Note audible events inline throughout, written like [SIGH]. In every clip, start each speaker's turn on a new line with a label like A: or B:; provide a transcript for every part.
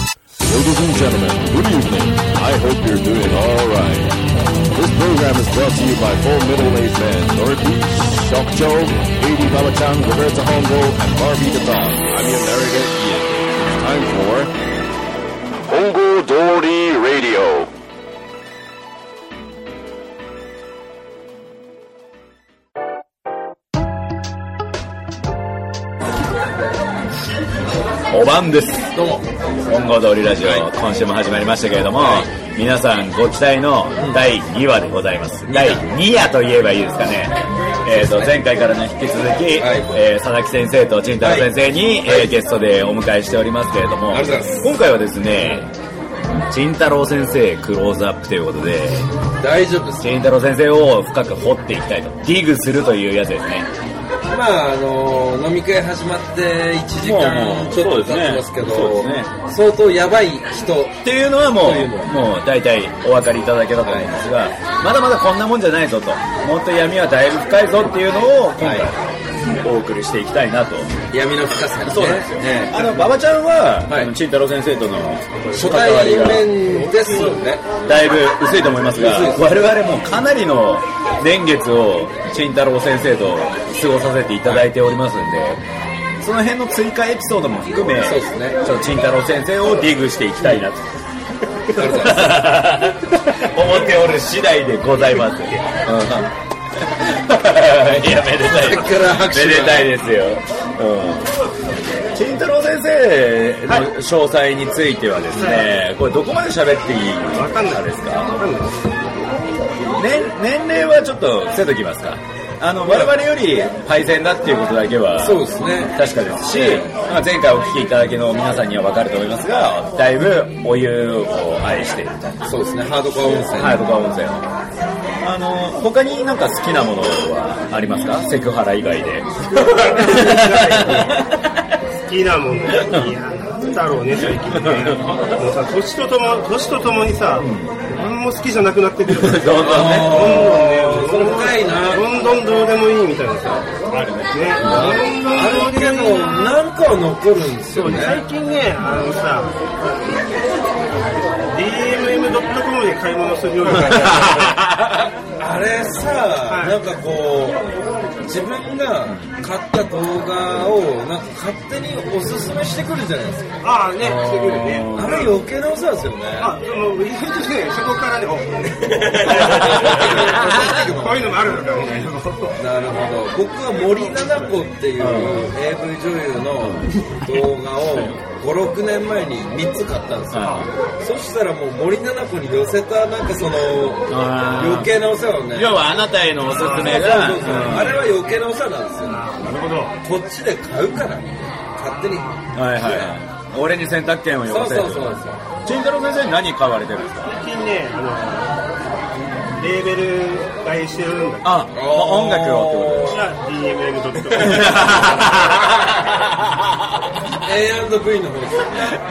A: Ladies and gentlemen, good evening. I hope you're doing all right. This program is brought to you by four middle-aged men, Dorothy, Shock Joe, Baby Balachan, Roberta Hongo, and Barbie the Dog. I'm your narrator, Ian. It's time for Hongo Dory Radio.
B: おばんですどうも本郷通りラジオ、今週も始まりましたけれども、皆さんご期待の第2話でございます、第2夜といえばいいですかね、えー、と前回からの引き続き、
C: はい
B: えー佐々木先生と陳太郎先生に、えーゲストでお迎えしておりますけれども、
C: ありがとうございます
B: 今回はですね陳太郎先生クローズアップということで
C: 大丈夫です。
B: 陳太郎先生を深く掘っていきたいとディグするというやつですね
C: まああの飲み会始まって1時
B: もうも
C: 間
B: う
C: ちょっと経ってますけど、
B: そうですね
C: 相当やばい人。
B: っていうのはも
C: といううのは
B: もう大体お分かりいただけたと思いますが、まだまだこんなもんじゃないぞともっと闇はだいぶ深いぞっていうのを今回お送りしていきたいなと、
C: 闇の深さにね。
B: そうなんですよ、
C: ね
B: あの馬場ちゃんは、
C: はい
B: あの陳太郎先生との
C: 初
B: 関わり
C: 対
B: が
C: 面ですよね。
B: だいぶ薄いと思いますが
C: 薄いです
B: 我々もかなりの年月を陳太郎先生と過ごさせていただいておりますんで、その辺の追加エピソードも含め
C: そうですね
B: ちょっと陳太郎先生をディグしていきたいなと。
C: ありがと
B: [LAUGHS]
C: うございます
B: 思っておる次第でございます。いや、めでたい
C: これから。拍手が
B: めでたいですよ。うん。金太郎先生の詳細についてはですね、これどこまで喋っていいわかんないですか年年齢はちょっと伏せときますか。あの、我々よりパイセンだっていうことだけは、
C: そうですね。
B: 確かですし、まあ、前回お聞きいただきの皆さんには分かると思いますが、だいぶお湯を愛していると。
C: そうですね。ハードコア温泉。
B: はい、僕は温泉を。あの、他になんか好きなものはありますかセクハラ以外で。
D: 好きなものいやなんだろうね最近ねもうさ年ととも年とともにさ、何も好きじゃなくなってくるどんどんね
B: [LAUGHS] どうぞね。
D: どんどん
C: 深いな
D: どんどんどうでもいいみたいなさあるね
C: あのけど、なんかは残るんです
D: そ
C: よ
D: う
C: ね
D: ね。最近ねあのさ DMM.com で買い物するようになった
C: あれさ、
D: い
C: なんかこう、自分が買った動画を、なんか勝手におすすめしてくるじゃないですか。
D: ああねしてくるね
C: あれ余計なお世話ですよね。
D: あ、でも意外とね、そこからね、おこういうのもあるのかみたいな。
C: なるほど僕は森七子っていう AV 女優の動画を56年前に3つ買ったんですよそしたらもう森七子に寄せたなんかその
B: あー
C: 余計なお世話をね
B: 要はあなたへのおすすめが、
C: そうそうそうあれは余計なお世話なん
D: なるほど。
C: ですよこっちで買うから勝手に
B: うんはいはい。俺に選択権をよ
C: そ
B: こ
C: う
B: せと
C: そうそうですよ
B: 陳太郎先生に何買われてるんです [LAUGHS] か
D: 最近ね、あの、レーベル買いしてるんだけど、
B: あ、まあ音楽をってことで。
D: じゃあ DMM.com。
C: A&V の方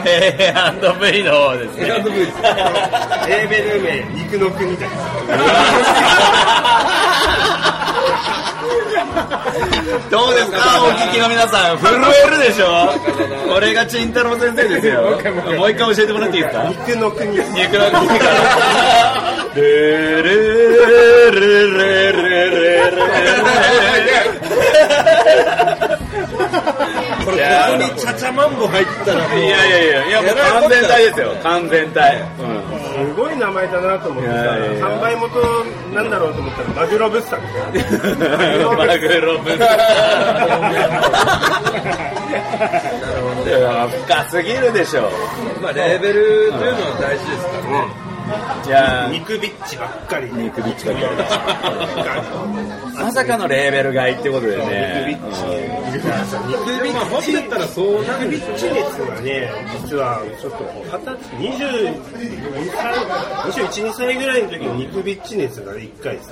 B: [LAUGHS]
C: ですよ
B: A&V の方ですね。
C: A&V です
D: レーベル名、肉の国だよ。
B: どうです [LAUGHS] かお聞きの皆さん、震えるでしょこれが陳太郎先生です [LAUGHS] よ。もう一回教えてもらっていいですか
D: 肉の国。
B: 肉の国から。ルルルルルルル
C: これここにチャチャマンボ入ったらも
B: [LAUGHS]
C: う
B: いやいやいや、いやもう完全体ですよ。完全 [LAUGHS] 体。うん
D: すごい名前だなと思ってさ、
B: いやいやいや
D: 販売元なんだろうと思ったら、マグロ物産。
B: マグロ [LAUGHS] ブ深すぎるでしょ
C: まあレーベルというのは大事ですからね
B: じゃあ
D: 肉ビッチばっかり。
B: 肉ビッチがまさかのレーベル買いってことでね
D: 肉ビッチ。
C: でまあ持ってったらそうなる
D: ビッチ熱がね、実はちょっと二十歳、22歳、21、2歳ぐらいの時に肉ビッチ熱が一回さ、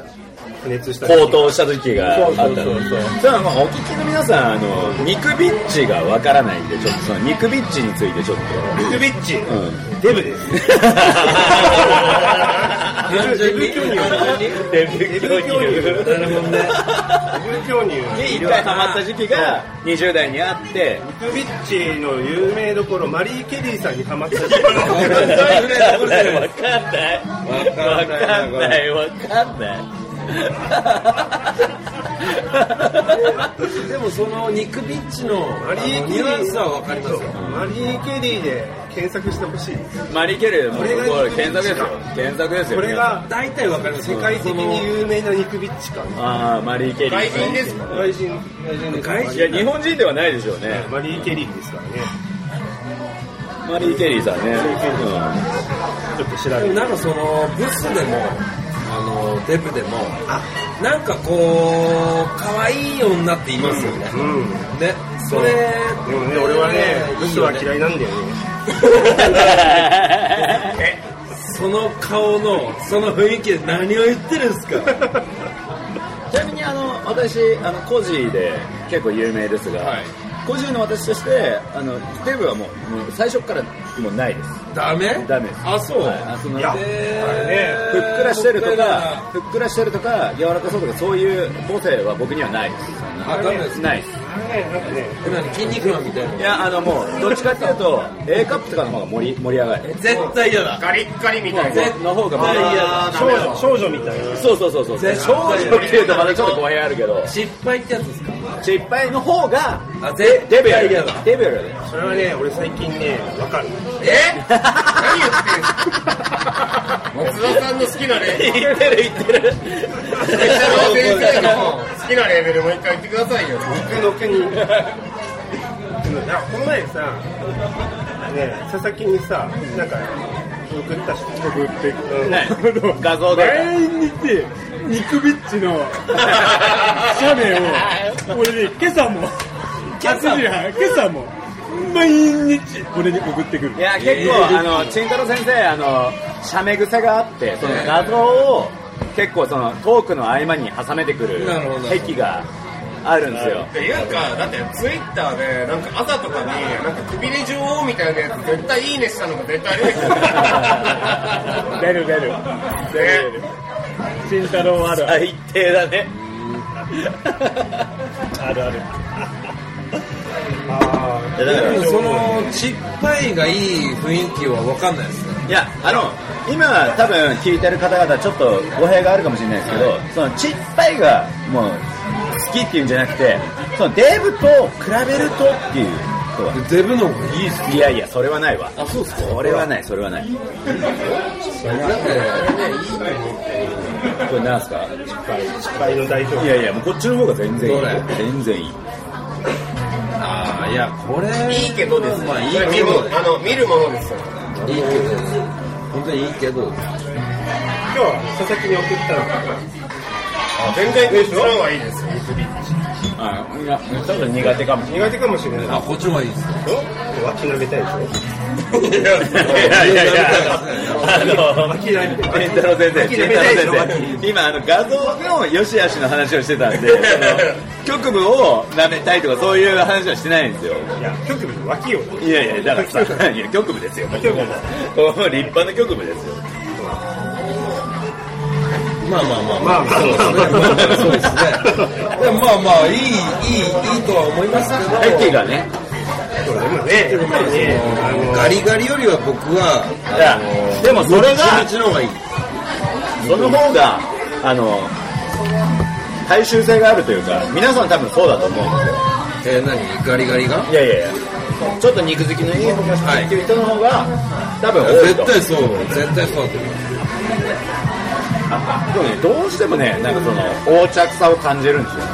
D: 加熱した
B: 高騰した時があったの
C: そうそうそう
B: ただまあお聞きの皆さんあの肉ビッチがわからないんでちょっとその肉ビッチに [LAUGHS] ついてちょっと
D: 肉ビッチ、
B: ん
D: デブです。デブデブ巨乳
B: デブ巨乳
D: デ
C: なるほどね。
D: ブ巨乳
B: に一回ハマった時期が20代にあって
D: ミクビッチの有名どころマリー・ケリーさんにハマった時
B: わかんないわかんないわかんないわかんない
C: でもその肉ビッチの
D: マリー・
C: ニ
D: ケリ
C: ュアン
D: ー
C: スはわかりますよ。
D: マリー・ケリーで検索してほしい
B: マリケルもうこれ検索ですよ検索ですよ
D: これが
C: 大体わかります
D: 世
C: よ。
D: 界的に有名な肉ビッチか
B: ああマリー・ケリー
D: すか外人外人です
C: 外人
B: いや日本人ではないでしょうね
D: マリー・ケリーですからね
B: マリー・ケリーさんね、
D: ちょっと調べ
C: その
D: て
C: なんかそのブスでもあのデブでもなんかこう可愛い女って言いますよね。
D: うん
C: ね、そ
D: そう
C: れ
D: でもね俺はねブスは嫌
C: い
D: いなんだよね
C: その顔のその雰囲気で何を言ってるんですか
B: [LAUGHS] ちなみにあの私あのコジーで結構有名ですが、
C: はい
B: 個人の私としてあのデブはもうもう最初からもうないです
C: ダメ
B: ダメです
C: あそう、
B: はいあその
D: いや
C: え
B: ふ
C: ー
B: っくらしてるとかふっくらしてるとか柔らかそうとかそういう母性は僕にはないです
C: あダメです
B: ないです
D: あれねなんかね
C: え何筋肉マンみたいない
B: やあのもうどっちかっていう [LAUGHS] と A カップとかの方が盛り盛り上がる
C: 絶対嫌だ
D: ガリッガリみたいな
B: の方がま
C: 絶対嫌だ
B: だ
D: 少女少女みたいな
B: そうそうそうそう
C: 絶
B: 少女
C: 対
B: っていうとまだちょっと語弊あるけど
C: 失敗ってやつですか
B: 失敗の方が
C: あ絶
B: デブよ
C: 対
B: り
C: 嫌だ
B: デブより
D: それはね俺最近ねわかる
C: え
E: 何言ってんすか松田さんの好きなレ
B: 言ってる言って
E: ベ
B: る
E: ル先生の好きなレベルもう一回言ってくださいよ
D: 僕の国いやこの前さね佐々木にさなんか送ったし送って
B: ない画像で
F: 全員にて肉ビッチの写メを俺ね今朝も8時半今朝も毎日俺に送ってくる
B: いや結構あの慎太郎先生あのしゃめ癖があってその画像を結構そのトークの合間に挟めてくる
C: なるほど
B: 癖があるんですよ
E: っていうかだってツイッターでなんか朝とかになんかくびれ女王みたいなやつ絶対いいねしたのが絶対ありますよ
F: [LAUGHS] 出る出る
E: ね
F: 慎太郎ある
B: 最低だね
F: あるある
B: [LAUGHS] いやだから
C: でもその失敗がいい雰囲気は分かんないですね
B: いやあの今多分聞いてる方々ちょっと語弊があるかもしれないですけど、そのちっぱいがもう好きっていうんじゃなくてそのデブと比べるとっていうことは
C: デブの方がいいっす
B: いやいやそれはないわ
C: あそうっすか
B: それはないそれはない
C: だってね
B: これなんすか
D: 失敗の代表
B: いやいやもうこっちの方が全然いい
C: どれ
B: 全然いい
C: ああいやこれ
E: いいけどです
C: まあいい
E: これ
C: け
E: 見る
C: ど
E: あの見るものですよ
C: いいけど本当にいいけど
D: 今日は佐々木に送ったの
E: 全然こっちの方がいいですよ
B: あいやちょっと苦手かもしれない
D: 苦手かもしれない
C: あこっちの方がいいっす
D: 脇舐めたいでし
B: いやいやいや [LAUGHS] あの
D: 脇舐めたい
B: 健太郎先生、健太郎
D: 諦めない
B: 先生、今あの画像の良し悪しの話をしてたん [LAUGHS] で、その局部を舐めたいとかそういう話はしてないんですよ。
D: ょいや局部の脇を
B: いやいや、だからさ、いや局部ですよ。
D: 局部
B: この立派な局部ですよ。
C: まあまあまあ
D: まあまあ
C: そうですね。でもまあまあいいいいいいとは思いますけど、
B: 背景がね、
D: そうでもねやっぱりねあの
C: ガリガリよりは僕は。
B: いやでもそれが、
C: ちの方がいい。
B: その方が、あの、大衆性があるというか、皆さん多分そうだと思うんですよ。
C: えー、何ガリガリが？
B: いやいやいや、ちょっと肉好きのいい方が好きっていう人の方が、多分多いと
C: 絶対そう。絶対そうだと思う。
B: でもね、どうしてもね、なんかその、横着さを感じるんですよ。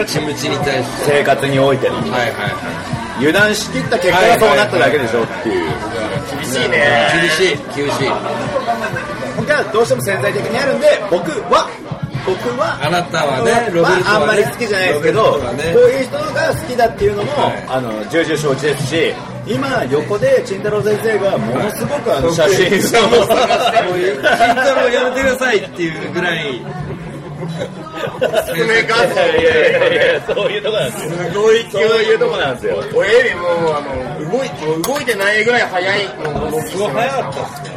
C: ムチムチに対して。
B: 生活においての。
C: はいはいは
B: 油断しきった結果がそうなっただけでしょっていう。
E: 厳しいね
C: い。厳しい厳しい。
B: がどうしても潜在的にあるんで、僕は、僕は、
C: あなたはね
B: 僕は
C: ロベルト
B: あんま
C: はね
B: り好きじゃないですけど、
C: ロ
B: こう
C: ベルトがね
B: いう人が好きだっていうのも、
C: はい
B: あの、重々承知ですし、今、横で、慎太郎先生が、ものすごくあの、写真を
C: そういう金太郎やめてくださいっていうぐらい。
E: 説明か
B: いやいやいやいや、そういうとこなんですよ。
E: すごい
B: そういうとこなんですよ。
E: 俺よりもうあの動いもう動いてないぐらい早いもうもう
C: すごい早かったっすね。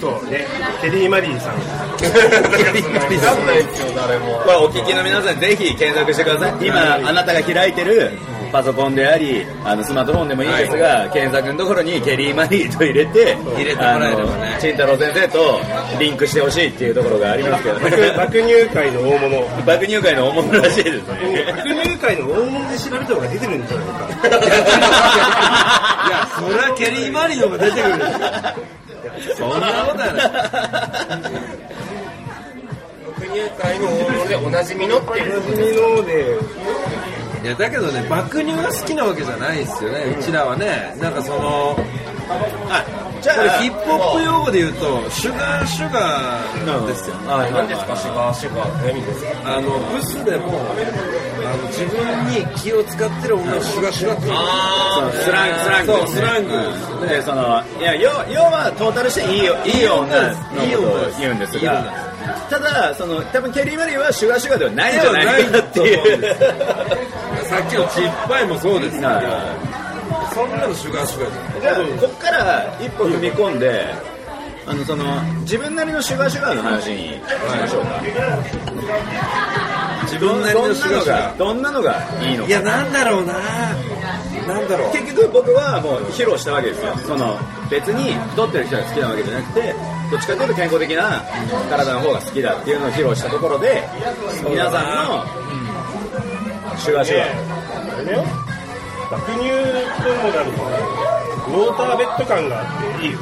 D: そうね、ケリー・マリーさん。
E: 分かんないですよ、誰も。
B: これお聞きの皆さんぜひ検索してください今あなたが開いてるパソコンでありあのスマートフォンでもいいですが、検索のところにケリー・マリーと入れて入
C: れてもらえればね
B: 慎太郎先生とリンクしてほしいっていうところがありますけど
D: 爆
B: ね
D: [LAUGHS] 爆乳界の大物。
B: 爆乳界の大物らしいですね
D: 爆乳界の大物で調べた方が出てくるんじゃないか。
C: いや、それはケリー・マリーの方が出てくるでしょ。そんなことはない。
E: 国入会の大物でおなじみのっていう。
D: おなじみので、
C: いやだけどね爆乳が好きなわけじゃないですよね、うちらはねなんかそのあじゃあこれヒップホップ用語で言うとシュガーシュガーなんですよ、
E: はい、何ですか、シュガーシュガーって何ですか
C: あのブスでもあの自分に気を使ってる女をシュガーシュガーって言う
B: そのスラングスラング
C: そうスラング
B: でそのいや要要はトータルしていいよいい女のことを言うんですがただその多分ケリー・マリーはシュガーシュガーではないんじゃないかなっていう
C: ではさっきのチッパイもそうですけどそんなのシュガーシュガーじゃない
B: じゃあこっから一歩踏み込んであのその自分なりのシュガーシュガーの話にしましょうか
C: 自
B: どん
C: 分なりのシ
B: な
C: ュガー
B: の
C: シュガ
B: がどんなのがいいの
C: ー
B: か
C: いやなんだろうななんだろう
B: 結局僕はもう披露したわけですよその別に太ってる人が好きなわけじゃなくてどっちかというと健康的な体の方が好きだっていうのを披露したところで皆さんのシュガーシュガー
D: あれだよ。爆乳ともなると、ウォーターベッド感があっていいよ。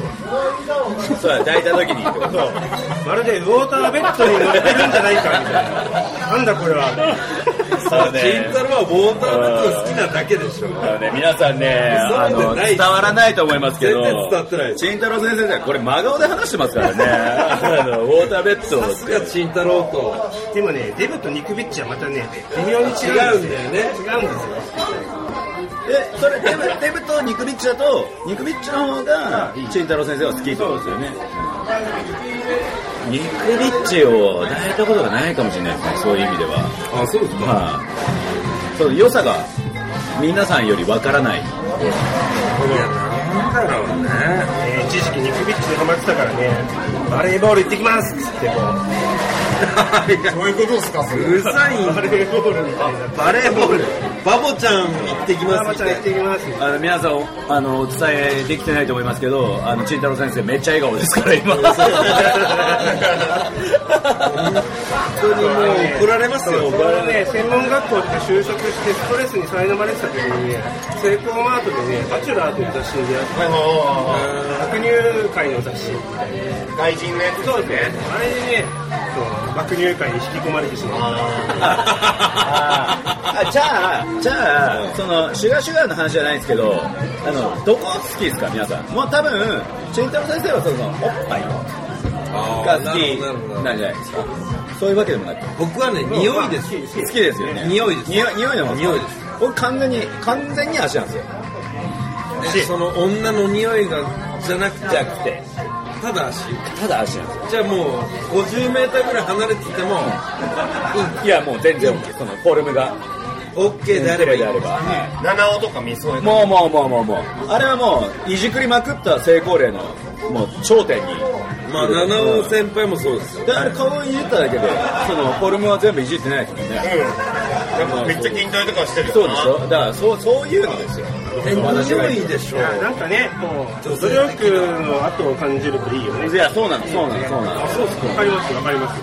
B: それは抱いた時にってこ
D: そう。まるでウォーターベッドに乗ってるんじゃないかみたいな。なんだこれは。
B: とそう
C: 金太郎はウォーターベッドが好きなだけでしょ
B: あのね、皆さんね、あ
C: 嘘
B: の、
C: でない
B: 伝わらないと思いますけど、
C: 全然伝わってない
B: 慎太郎先生じゃ、これ真顔で話してますからね。あの、ウォーターベッド
C: さ
B: っ
C: すが
B: て。
C: チンタロウと
D: でもね、デブとニクビッチはまたね、微妙に違うんです
C: 違う
D: よ。
C: んだよね
D: 違うんですよ。
B: で、それ、デブ、デブとニクビッチだと、ニクビッチの方が、慎太郎先生は好きってことですよね。ニクビッチを抱いたことがないかもしれないですね、そういう意味では。
C: あそうです
B: はい。その良さが、皆さんよりわからない。
C: いやなんだろうね
D: えー一時期ニクビッチにハマってたからね、バレーボール行ってきますっつってこう、
E: そういうことですか、それ。
C: うざいんだ
D: バレーボールみたいな。
C: バレーボールバボちゃん行ってき
D: マ
C: ま
D: マ
C: す
D: ちゃん行ってきます
B: あの皆さんおあのお伝えできてないと思いますけど、あの慎太郎先生めっちゃ笑顔ですから [LAUGHS] 今。
C: 本当にもう怒られますよ
D: そう僕はね、専門学校って就職してストレスに苛まれてた時にね、セイコーマートでね、バチュラーという雑誌に出会って、爆乳会の雑誌。
E: 外人のやつ。
D: そうですね。あれでね、そう爆乳会に引き込まれてしまう。
B: あじゃあじゃあそのシュガーシュガーの話じゃないですけど、あのどこ好きですか皆さん。もう多分慎太郎先生はそのおっぱい
C: あー
B: が
C: な
B: 好
C: るほど
B: き
C: なるほど
B: なんじゃないですか。そういうわけでもなく
C: 僕はね匂いです
D: 好
B: 好きですよね。
C: 匂いです
B: 匂い匂いの方
C: 匂いです。
B: 僕完全に完全に足なんですよ。
C: ねその女の匂いがじゃなくて
B: じゃなくて
C: ただ足
B: ただ足なんですよ。
C: じゃあもう50メーターぐらい離れてても
B: いやもう全然 OK そのフォルムが
C: OK であればいい
B: であれば。はい
E: 七尾とか見そういう
B: もうもうもうもうもうあれはもういじくりまくった成功例のもう頂点に
C: まあ七尾先輩もそうですよ
B: だから顔をいじっただけでそのフォルムは全部いじってないですもんね
E: うん。めっちゃ筋トレとかしてるよな
B: そうでしょだからそうそういうのですよ
C: え匂いでしょ
D: なんかね、もう、努力の後を感じるといいよね。
B: いやそうなのそうなのそうなの
D: そうですか。わかります、わかります。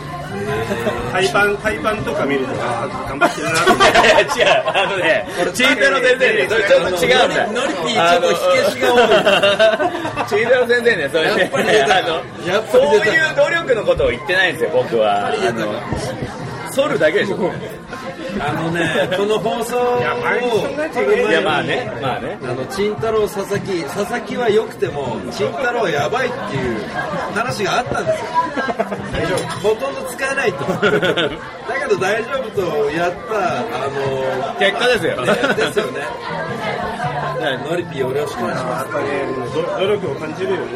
D: 海パン、海パンとか見ると、あ頑張ってるなって。
B: いやいや違うあのねチータの先生ねそれちょっと違うんだ
C: ノリノリピーちょっと火消しが
B: 多いチータの先生ねそれ
C: やっ
B: ね
C: ぱり出た
B: [LAUGHS] あの
C: やっぱ
B: そう
C: り出た
B: いう努力のことを言ってないんですよ僕はあの剃るだけでしょ
C: あのねこの放送を
D: 毎日そんなやついる
B: いやまあねまあね
C: あの、チンタロウ、佐々木、佐々木は良くても、チンタロウやばいっていう話があったんですよ。大丈夫。ほとんど使えないと。だけど大丈夫とやった、あの
B: 結果ですよ
C: ねですよね。ノリピー、俺をしくお願いしま
D: やっぱね、もう努努力を感じるよね。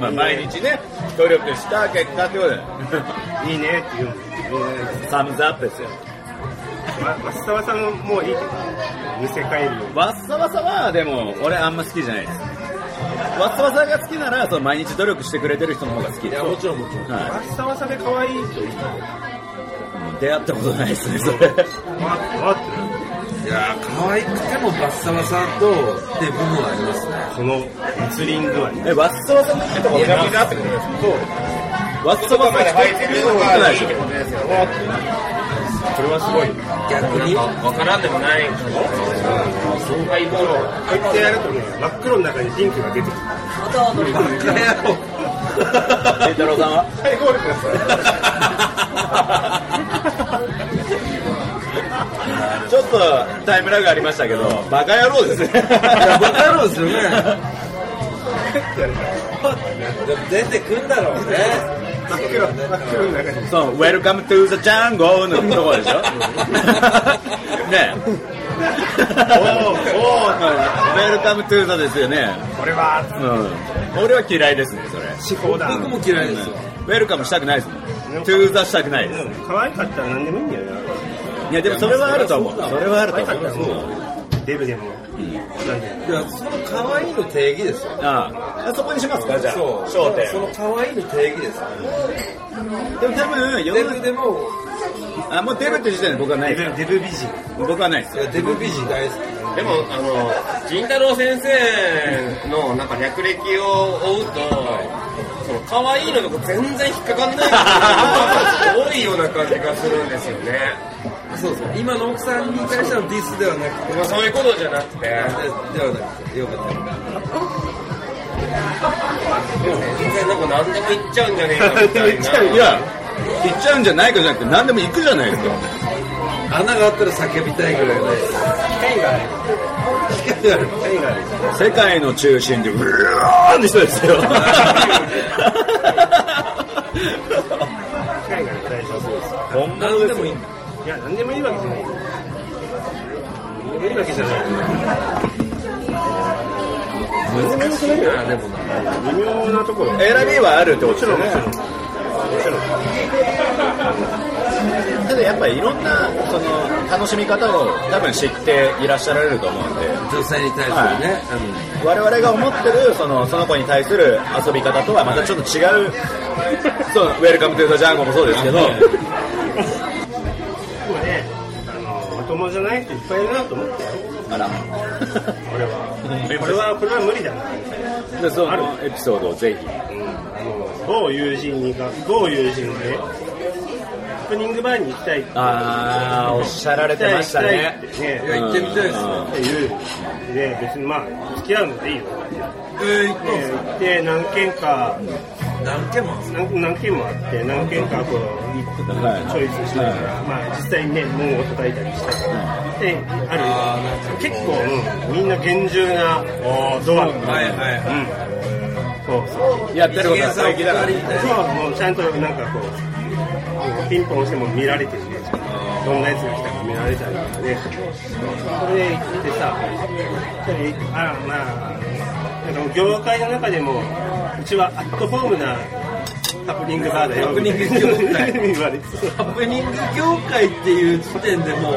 B: まあ毎日ね、努力した結果ってことで、
D: いいねって言うんですけどね。
B: サムズアップですよ。
D: ま、松沢さんももういいけど、見せ返るよ。
B: わっさわさは、でも、俺あんま好きじゃないです。わっさわさが好きならその毎日努力してくれてる人の方が好き
C: いや、もちろんもちろん。
B: は
D: あっさわさで可愛いと言った
B: い、出会ったことないですねそれ
D: わってわってなる
C: いやー、可愛くてもバッサバサとっていう部分はありますね。
D: この密林具合
B: えわっさわさの人
E: お
B: も
E: 客だってことですね
B: わっさわさ
E: まで
B: 一
E: 履いてるのがいいって
B: ょ
E: ことですよねそれはすごい
C: 逆に。
E: わからんでもないそうハイボールを
D: こうやってやるとね真っ黒の中にピンクが出てくる
B: 栄太郎さんは
E: ハイボールです
B: ちょっとタイムラグありましたけどバカ野郎ですね
C: や [LAUGHS] バカ野郎ですよねでも出てくんだろうね。
D: 真っ黒真っ黒の中に
B: そう、Welcome to the jungle のとこでしょ [LAUGHS] ねえ。おお Welcome to the ですよね。
D: これは
B: うん。俺は嫌いですね、それ。
D: 地方だ
C: 僕も嫌いですよ。
B: ウェルカムしたくないですもん。to the したくないです。
D: 可愛かったら何でもいいんだよ
B: いや、でもそれはあると思う。それはあると
D: 可愛かった
B: 思
D: ら
B: う。
D: そうデブでもなんで
C: いや、その可愛いの定義ですよ。
B: ああそこにしますか、じゃあ。
C: そう。
B: 焦点。
C: その可愛いの定義ですよ。
B: でも多分、世
C: デ
B: の
C: ブ
B: 中
C: でも、
B: あ、もうデブって時点で僕はないです。
D: デブ美人
B: 僕はないです
C: い。やデブ美人大好き。
E: でも、あの、仁太郎先生のなんか略歴を追うと、その可愛いのとか全然引っかか
C: [LAUGHS]
E: んない人が多いような感じがするんですよね。
C: そうそう。今の奥さんに対してのディスではなくて、
E: まあ、そういうことじゃなくて、
C: でではなくて、よかった。
E: 全然なんか何でも言っちゃうんじゃねえかみたいな。
B: いや、行っちゃうんじゃないかじゃなくて、何でも行くじゃないですか。
C: [LAUGHS] 穴があったら叫びたいぐらいで。機械がある。機械がある。
B: 世界の中心でうわーって人です [LAUGHS] よ
D: 機械がね大丈夫そうです
B: 本
C: 何でもいいんだ。
D: いや何でもいいわけじゃない何でもいいわけじゃない微妙なところも
B: 選びはあるってことで
D: ち
B: す
D: ろ
B: よ
D: んも
B: ね
D: ちろんもちろん
B: ただやっぱりいろんなその楽しみ方を多分知っていらっしゃられると思うんで
C: 女性に対するね。うん
B: 我々が思ってるそのその子に対する遊び方とはまたちょっと違 [LAUGHS] うそうウェルカム・トゥ・ザ・ジャンゴもそうですけど
D: 僕はねあのまともじゃない人いっぱいいるなと思って
B: あら
D: 俺はこれはこれは無理だな
B: [LAUGHS] でそのエピソードをぜひ
D: 某友人にが某友人がねハプニングバーに行きたいって
B: ああおっしゃられてましたね
D: 行きたいって
C: いや、
D: ね
C: 行ってみたいですね。
D: っていうで別にまあ付き合うのでいいよ
C: えー、行ったんですか
D: で行って何件か
C: 何件もあるんです
D: 何何件もあって何件かこう
B: はい
D: チョイスしながら、まあ、実際にね門を叩いたりして、である結構、うんみんな厳重なドア
C: かはいはいはい。
D: うん、こうそう
B: やってることは素敵だから
D: そうもうちゃんとなんかこうピンポンしても見られてるねどんなやつが来たか見られたりとかねそれで行ってさそれであらまあなんか業界の中でもうちはアットホームなハプニングバーだよ
C: ハプニング業界
D: 言われてそう
C: ハプニング業界っていう時点でもう、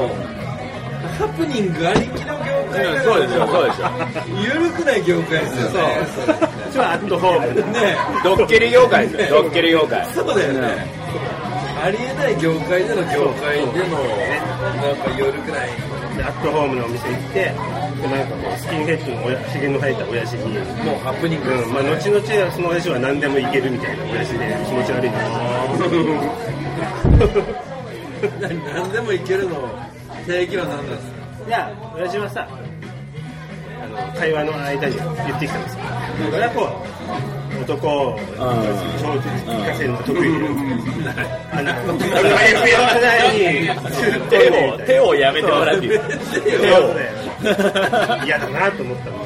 C: ハプニングありきの業界だ
B: そうですよそうですよ
C: 緩くない業界ですよね。
D: うちはアットホーム
C: ね
B: ドッキリ業界ですよドッキリ業界
C: そうだよね。ありえない業界での業界での、なんか緩くない。
D: でアットホームのお店行ってでなんかこうスキンヘッドのおやひげの生えた親父に
C: もうハプニングです
D: うん、まあ、後々その親父は何でもいけるみたいな親父で気持ち悪いな
C: 何何でもいけるの定義は何なんですか
D: いや親父はさあの会話の間に言ってきたんですよ俺はこう男を長女に聞かせるの得意であの俺は F やらないに
B: 手を手をやめてもらっていい
D: 手を嫌だなと思ったの、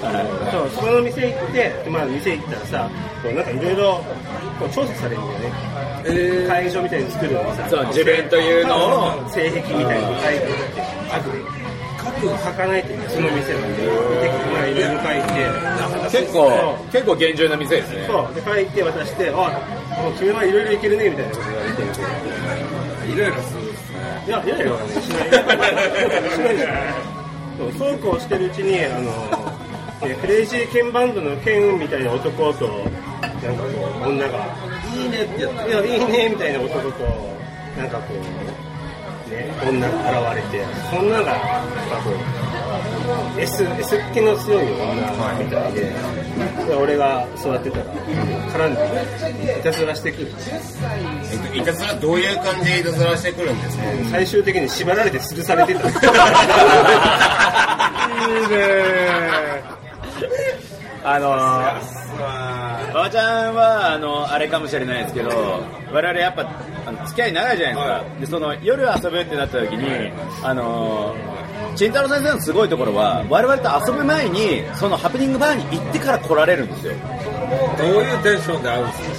D: そうそこの店行って、まあ、店行ったらさこうなんかいろいろこう調査されるんだよね
C: え
D: 会場みたいに作るのにさ
B: そう自分というのを
D: 性癖みたいに書いてあって書く書かないといけないその店なんでまあいろいろ書いて
B: 結構結構厳重な店ですね
D: そうで書いて渡して「あもう君はいろいろいけるね」みたいなこと言われて
C: ー、イライラするんですね。
D: いやいやいやしないしないじゃないそうそうこうしてるうちにあのでクレイジーケンバンドのケンみたいな男となんかこう女が
C: いいねってやっ
D: いや、いいねみたいな男と、なんかこう、ね、女が現れて、そんなのが、やっぱこう、S, S っ気の強い女みたいで、で俺が育てたら、絡んで、いたずらしてくる。
E: えっといたずらどういう感じでいたずらしてくるんですか
D: 最終的に縛られて吊るされてた。
F: いいね
B: あのー、馬場ちゃんはあのあれかもしれないですけど、我々やっぱあの付き合い長いじゃないですか、でその夜遊ぶってなった時に、あのー、慎太郎先生のすごいところは、我々と遊ぶ前に、そのハプニングバーに行ってから来られるんですよ。
C: どういうテンションで会うんですか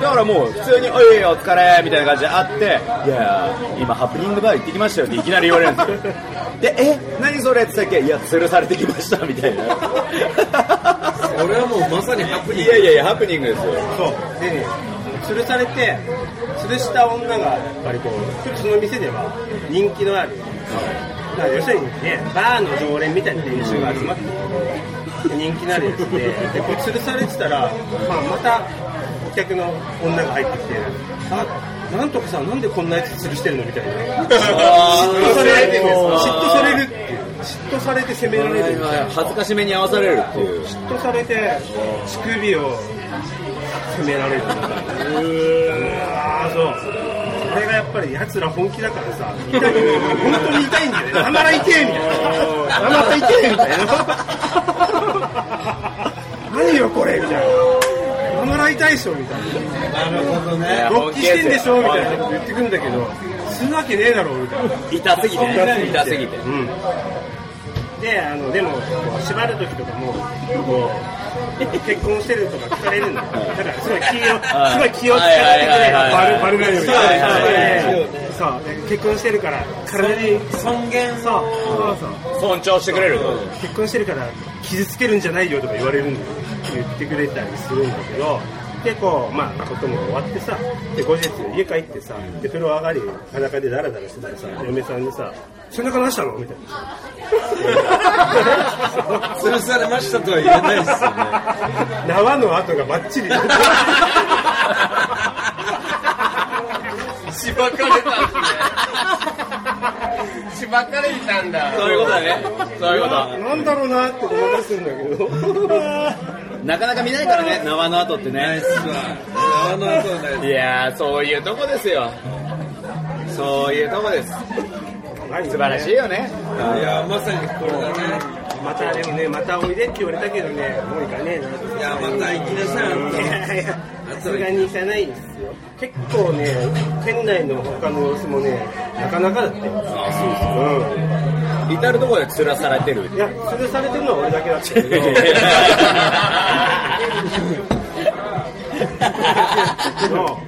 B: だからもう普通に「おいお疲れ」みたいな感じで会って「いや今ハプニングバー行ってきましたよ」っていきなり言われるんですよで「え何それ?」って言ったっけ「いや吊るされてきました」みたいな
C: 俺はもうまさにハプニン
B: い
C: グ
B: やいやいやハプニングですよ
D: そう。でね、吊るされて、吊るした女が、やっぱりこう、その店では人気のある、だから要するにね、バーの常連みたいな練習が集まってて、人気のあるやつで、で、こう吊るされてたら、まあ、また、お客の女が入ってきて、あ、なんとかさん、なんでこんなやつ吊るしてるのみたいな。嫉妬されてるんです嫉妬されるっていう。嫉妬されて責められるみたいな。
B: 恥ずかしめに合わされるっていう
D: 嫉妬されて乳首を責められるうわーそうこれがやっぱり奴ら本気だからさ痛い本当に痛いんだよねなまら痛えみたいななまら痛えみたいな何よこれみたいななまら痛いでしょみたいなロッキしてんでしょみたいなこと言ってくんだけどするわけねえだろみたいな
B: 痛すぎてね痛すぎ
D: [LAUGHS]
B: て
D: うん、であのでもこう縛る時とかもこう結婚してるとか聞かれるんだよだからすごい気をすごい気を使ってくれる
B: はいはいはいはい
F: バレないように
D: そう
B: はいはい
D: そうそうで結婚してるから体に
C: 尊厳
D: そうそうそう
B: 尊重してくれる
D: 結婚してるから傷つけるんじゃないよとか言われるんだよ言ってくれたりするんだけどでこうまあことも終わってさで後日家帰ってさで風呂上がり裸でダラダラしてたらさ嫁さんにさ「背中出したの?」みたいな
C: 吊るされましたとは言えないですよね
D: 縄の跡がバッチリ
E: しばかれたんですねしばかれてたんだ
B: そういうことだねそういうこ
D: なんだろうなって思い出すんだけど
B: となかなか見ないからね縄の後ってね
C: あの後はね
B: いやーそういうとこですよそういうとこです素晴らしいよね
C: いやまさにこれだね
D: またでもねまたおいでって言われたけどねもう行かねえない
C: やまた行きなさいあん
D: いやいやさすがに行かないですよ結構ね県内の他の様子もねなかなかだってあ
B: 至るところで吊らされてる
D: うんいや潰されてるのは俺だけだったけどの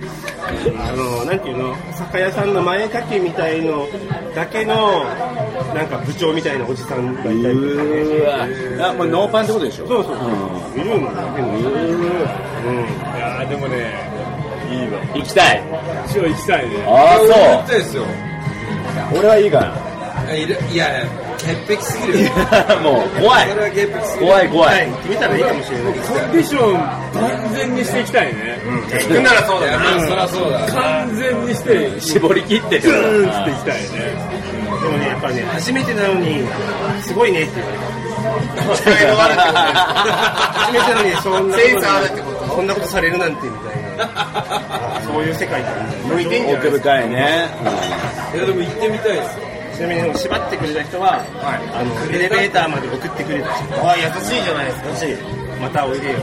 D: あのなんていうの酒屋さんの前掛けみたいのだけのなんか部長みたいなおじさんがいたりとか
B: [LAUGHS]
D: ね
B: うわあもうノーパンってことでしょ
D: そうそうそう、いるんだけど、うん、
F: いやーでもねいいわ
B: 行きたい
F: 一応行きたいね
B: あ
C: 行ったですよ
B: そう俺はいいかない
C: るいやいや潔癖すぎるよ
B: もう [LAUGHS] 怖
C: それはい潔癖すぎる
B: 怖い怖
D: はいい、決めたらいいかもしれないけど
F: コンディション完全にしていきたいね
E: 行くならそうだよ
C: あそりゃそうだ
F: 完全にして
B: 絞り切って
F: グーンっていきたいね
D: でもね、やっぱね、初めてなのに、すごいねって言われた。
E: それが悪くない
D: 初めてなのに、そんな
E: センサーあるってこ
D: そんなことされるなんてみたいな。そういう世界だね向いてんじゃない
B: 奥深いね
C: いやでも行ってみたいですよ
D: ちなみにでも縛ってくれた人は、あのエレベーターまで送ってくれた人ああ優しいじゃないですか優しいまたおいでよ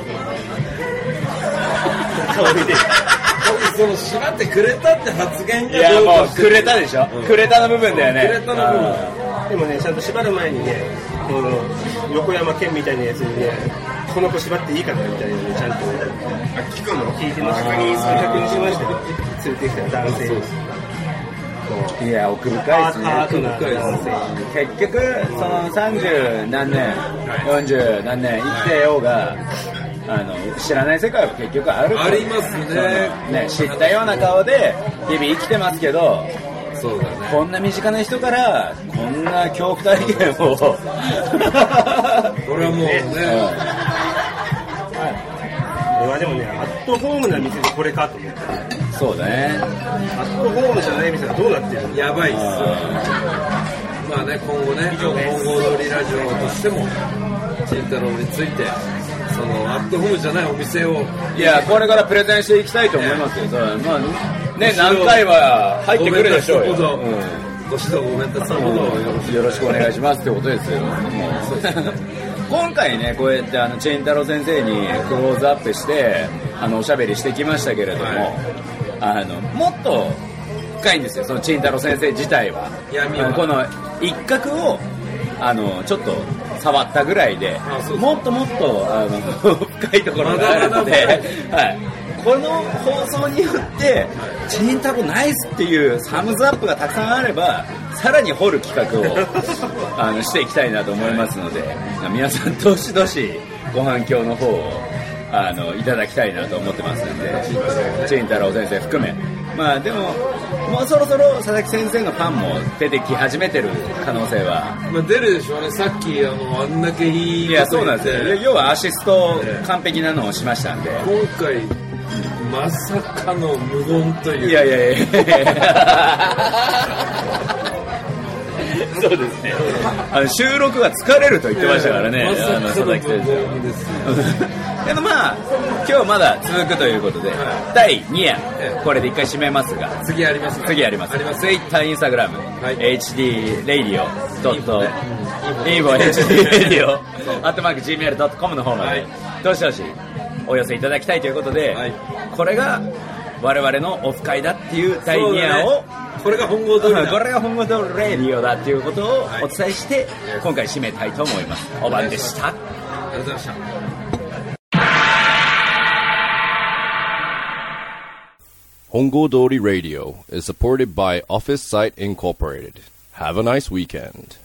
D: またおいでよ
C: 僕その縛ってくれたって発言
B: い
C: がど
B: や
C: う
B: も
C: か
B: う
C: して
B: くれたでしょくれたの部分だよね
C: くれたの部分
D: でもねちゃんと縛る前にねこの横山健みたいなやつにねこの子縛っていいかなみたいなのねちゃんとね
E: 聞くの
D: 聞いてます確認する確認しましたよ連れてきた男性
B: いや奥深
D: パ
B: い
D: ー
B: です
D: ト
B: ね
D: ナーの男性
B: 結局その30何年40何年生きてようがあの知らない世界は結局ある
C: ありますね
B: そのね知ったような顔で日々生きてますけど
C: そうだね
B: [LAUGHS] こんな身近な人からこんな恐怖体験を
C: これはもうね、
D: 俺はでもね、アットホームな店でこれかと思った。
B: そうだね。
D: アットホームじゃない店がどうなってるの
C: やばいっすよ。まあね、今後ね、本郷通りラジオとしても、慎太郎について、その、アットホームじゃないお店を、
B: いや、これからプレゼンしていきたいと思いますよ。それはまあ、ね、何回は入ってくるでしょうよ。
C: ご
B: う
C: めん
B: ん
C: なさいご指導ごめんなさいほど、
B: よろしくお願いしますってことですよ。今回ね、こうやってあのチェン太郎先生にクローズアップして、あのおしゃべりしてきましたけれども、あのもっと深いんですよ。そのチェン太郎先生自体は、
C: 闇は
B: この一角をあのちょっと触ったぐらいで
C: あそうそう、
B: もっともっとあの [LAUGHS] 深いところがあるので、
C: まだまだ
B: はい。この放送によって、チンタコナイスっていうサムズアップがたくさんあれば、さらに掘る企画 [LAUGHS] をあのしていきたいなと思いますので、皆さん、どしどしご反響の方をあのいただきたいなと思ってますので、チン太郎先生含め、まあでも、もうそろそろ佐々木先生のファンも出てき始めてる可能性は
C: まあ、出るでしょうね、さっき、あの、あんだけいい
B: いや、そうなんですよ。
C: よ。
B: 要はアシスト完璧なのをしましたんで。
C: 今回、まさかの無言という。
B: いやいやいやそうですね。あの収録が疲れると言ってましたからね、
C: まさ
B: あの
C: かの
B: 佐々
C: 無
B: 木先生。
C: 言ですよ。
B: でもまあ、今日まだ続くということで、第2夜、これで一回締めますが、
C: 次ありますね
B: 次あります。
C: あります。
B: Twitter、Instagram、
C: はい
B: hdradio.info、hdradio、アットマーク gmail.com の方ま
C: は
B: で
C: い、
B: どしどしお寄せいただきたいということで
C: はい、
B: これが我々のオフ会だっていう第2夜を、
C: これが本郷通
B: [LAUGHS] こ
C: りだ
B: れが本語とレディオだっていうことをお伝えして、今回締めたいと思います。おばんでした。
C: ありがとうございました
A: Hongo Dori Radio is supported by Office Site Incorporated. Have a nice weekend.